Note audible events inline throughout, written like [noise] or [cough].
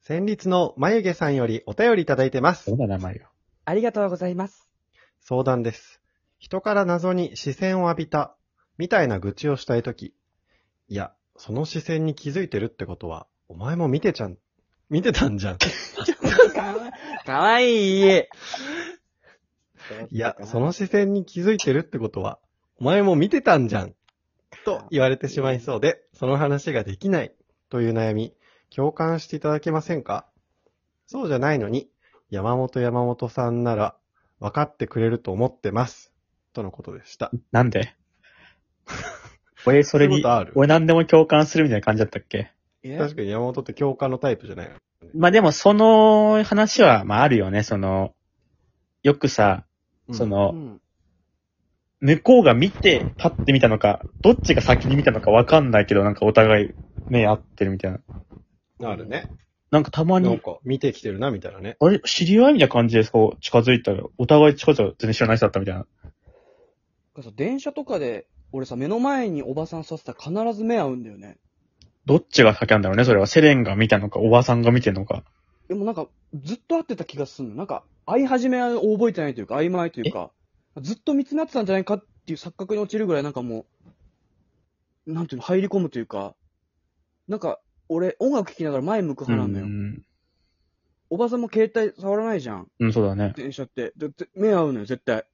先日の眉毛さんよりお便りいただいてますど。んな名前よ。ありがとうございます。相談です。人から謎に視線を浴びた、みたいな愚痴をしたいとき。いや、その視線に気づいてるってことは、お前も見てちゃん、見てたんじゃん。かわ [laughs] かわいい。いや、その視線に気づいてるってことは、お前も見てたんじゃん。と言われてしまいそうで、その話ができないという悩み、共感していただけませんかそうじゃないのに、山本山本さんなら分かってくれると思ってます。とのことでした。なんで [laughs] 俺、そそういれうにことある、俺何でも共感するみたいな感じだったっけえ確かに山本って共感のタイプじゃないのまあでも、その話は、まああるよね、その、よくさ、そ、の、うん向こうが見て、立って見たのか、どっちが先に見たのかわかんないけど、なんかお互い目合ってるみたいな。うんあるね。なんかたまなんに、か、見てきてるな、みたいなね。あれ、知り合いみたいな感じでこう、近づいたら、お互い近づいたら全然知らない人だったみたいな。なんかさ電車とかで、俺さ、目の前におばさん座ってたら必ず目合うんだよね。どっちが先なんだろうね、それは。セレンが見たのか、おばさんが見てんのか。でもなんか、ずっと会ってた気がするの。なんか、会い始めは覚えてないというか、曖昧というか、ずっと見つめ合ってたんじゃないかっていう錯覚に陥るぐらい、なんかもう、なんていうの、入り込むというか、なんか、俺、音楽聴きながら前向く派なんだよ。ん。おばさんも携帯触らないじゃん。うん、そうだね。電車って。でで目合うのよ、絶対。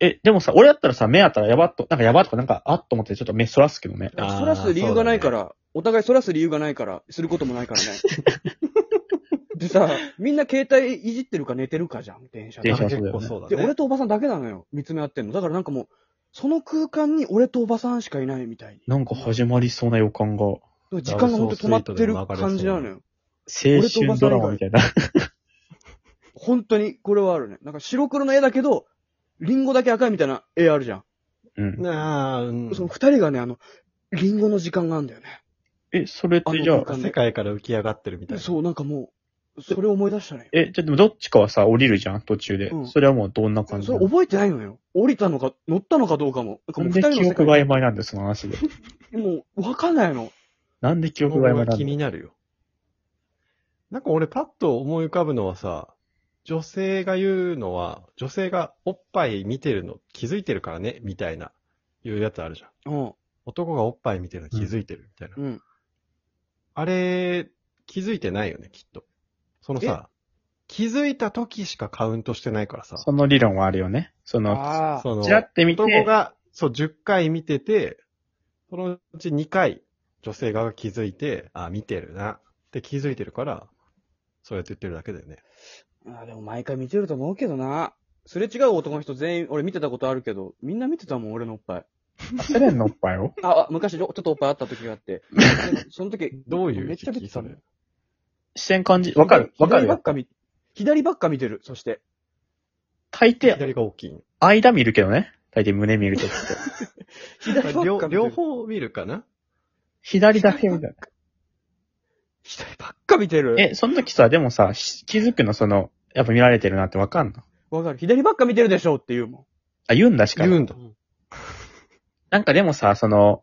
え、でもさ、俺だったらさ、目あったらやばっと、なんかやばっとか、なんかあっと思ってちょっと目そらすけどね。あーそらす理由がないから、お互いそらす理由がないから、することもないか [laughs] らね。でさ、みんな携帯いじってるか寝てるかじゃん、電車で電。車あはそうだよね結構そうで、だね俺。とおばさんだけなのよ、見つめ合ってんの。だからなんかもう、その空間に俺とおばさんしかいないみたいに。なんか始まりそうな予感が、青だから時間がほんと止まってる感じなのよ。春ドラマみたいな。本当に、これはあるね。なんか白黒の絵だけど、リンゴだけ赤いみたいな絵あるじゃん。うん。なあ、うん。その二人がね、あの、リンゴの時間があるんだよね。え、それってじゃああの、世界から浮き上がってるみたいな。そう、なんかもう、それを思い出したね。え、じゃあでもどっちかはさ、降りるじゃん、途中で。うんそれはもうどんな感じそなれの覚えてないのよ。降りたのか、乗ったのかどうかも。なんかなもんうで二人の記世憶界が曖昧なんです、その話で。もう、わかんないの。なんで記記憶憶が曖が昧な気んだになるよ。なんか俺パッと思い浮かぶのはさ、女性が言うのは、女性がおっぱい見てるの気づいてるからね、みたいな、いうやつあるじゃん。うん。男がおっぱい見てるの気づいてる、みたいな。うん。あれ、気づいてないよね、きっと。そのさ、気づいた時しかカウントしてないからさ。その理論はあるよね。その、ああ。その、ちらって見て、男が、そう、10回見てて、そのうち2回、女性側が気づいて、あ、見てるな、って気づいてるから、そうやって言ってるだけだよね。ああ、でも毎回見てると思うけどな。すれ違う男の人全員、俺見てたことあるけど、みんな見てたもん、俺のおっぱい。セレンのおっぱいをあ、あ昔ちょ、ちょっとおっぱいあった時があって。でその時、 [laughs] どういうめっちゃ出てた時ね期。視線感じ、わかるわかる左ばよっ。か見、左ばっか見てる、そして。大抵、左が大きいの。間見るけどね。大抵胸見ると [laughs] きって。左ばっか見両てる。両方見るかな左だけみ [laughs] たいな。左ばっか見てる。え、その時さ、でもさ、し気づくの、その、やっぱ見られてるなってわかんのわかる。左ばっか見てるでしょっていうもん。あ、言うんだしか言も。うんだ。なんかでもさ、その、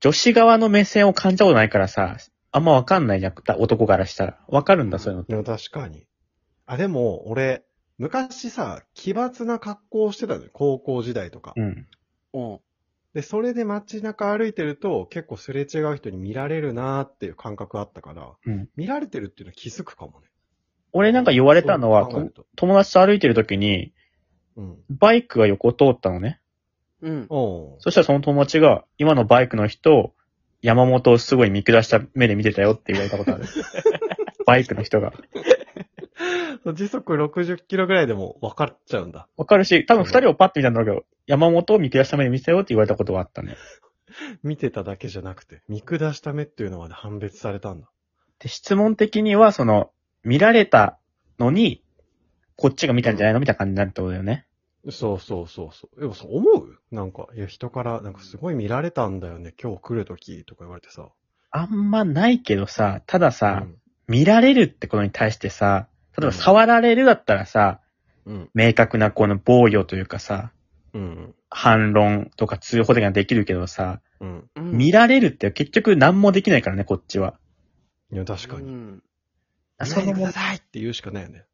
女子側の目線を感じたことないからさ、あんまわかんないじゃん、だ男からしたら。わかるんだ、そういうの。でも確かに。あ、でも、俺、昔さ、奇抜な格好をしてたのよ。高校時代とかう。ん。うん。で、それで街中歩いてると、結構すれ違う人に見られるなーっていう感覚あったから、うん見られてるっていうのは気づくかもね。俺なんか言われたのそうは、考えるとと友達と歩いてる時に、うん。バイクが横通ったのね。うん。おうそしたらその友達が、今のバイクの人を、山本をすごい見下した目で見てたよって言われ [laughs] たことある。バイクの人が。時速60キロぐらいでも分かっちゃうんだ。わかるし、多分二人をパッて見たんだろうけど、山本を見下した目で見てたよって言われたことはあったね。見てただけじゃなくて、見下した目っていうのまで判別されたんだ。で、質問的には、その、見られたのに、こっちが見たんじゃないのみたいな感じになるってことだよね。そうそうそうそう。でもそう思うなんか、いや人から、なんかすごい見られたんだよね、今日来るときとか言われてさ。あんまないけどさ、たださ、うん見られるってことに対してさ、例えば触られるだったらさ、うん。明確なこの防御というかさ、うん。反論とか通報的なのができるけどさ、うん。うん見られるって結局何もできないからね、こっちは。いや、確かに。うんあそそののくもだん、さいって言うしかないよね。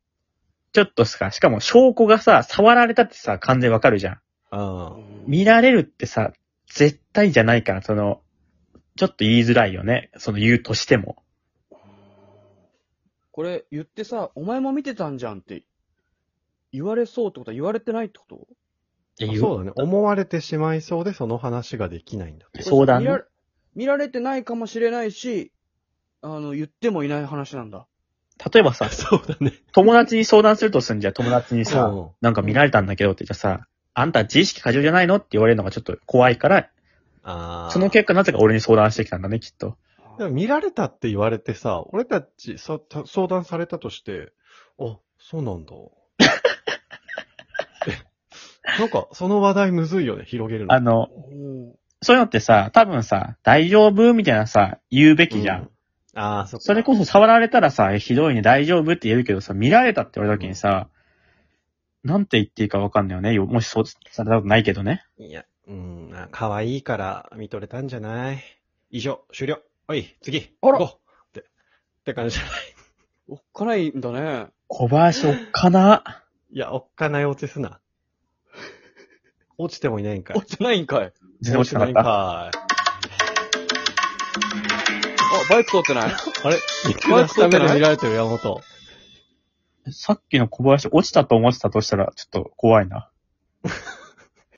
ちょっとさ、しかも証拠がさ、触られたってさ、完全わかるじゃん。ああ。見られるってさ、絶対じゃないから、その、ちょっと言いづらいよね。その言うとしても。これ言ってさ、お前も見てたんじゃんって言われそうってことは言われてないってこと言そうだね。思われてしまいそうで、その話ができないんだ [laughs] って。、そうだ見ねら。れ見られてないかもしれないし、あの、言ってもいない話なんだ。例えばさそうだね。友達に相談するとすんじゃん、友達にさ、そなんか見られたんだけどって言ったらさ、あんた自意識過剰じゃないのって言われるのがちょっと怖いから、うん。ああ。その結果なぜか俺に相談してきたんだね、きっと。でも見られたって言われてさ、俺たちそた相談されたとして、あ、そうなんだ。えなんか、その話題むずいよね、広げるの。あの、おーそういうのってさ、多分さ、大丈夫みたいなさ、言うべきじゃん。うああ、そっかそれこそ触られたらさ、えひどいね、大丈夫って言えるけどさ、見られたって言われた時にさ、なんて言っていいかわかんないよね。よもしそうされたことないけどね。いや、うん、あ可愛いから見とれたんじゃない以上、終了。おい、次。あら行こうって、って感じじゃない。おっかないんだね。小林おっかな。いや、おっかない落ちす [laughs] な。落ちてもいないんかおっい。じゃないんかい。全然落ちてなかった。かい。あ、バイク通ってない。 [laughs] あれ見下した目で見られてる山本。さっきの小林落ちたと思ってたとしたら、ちょっと怖いな。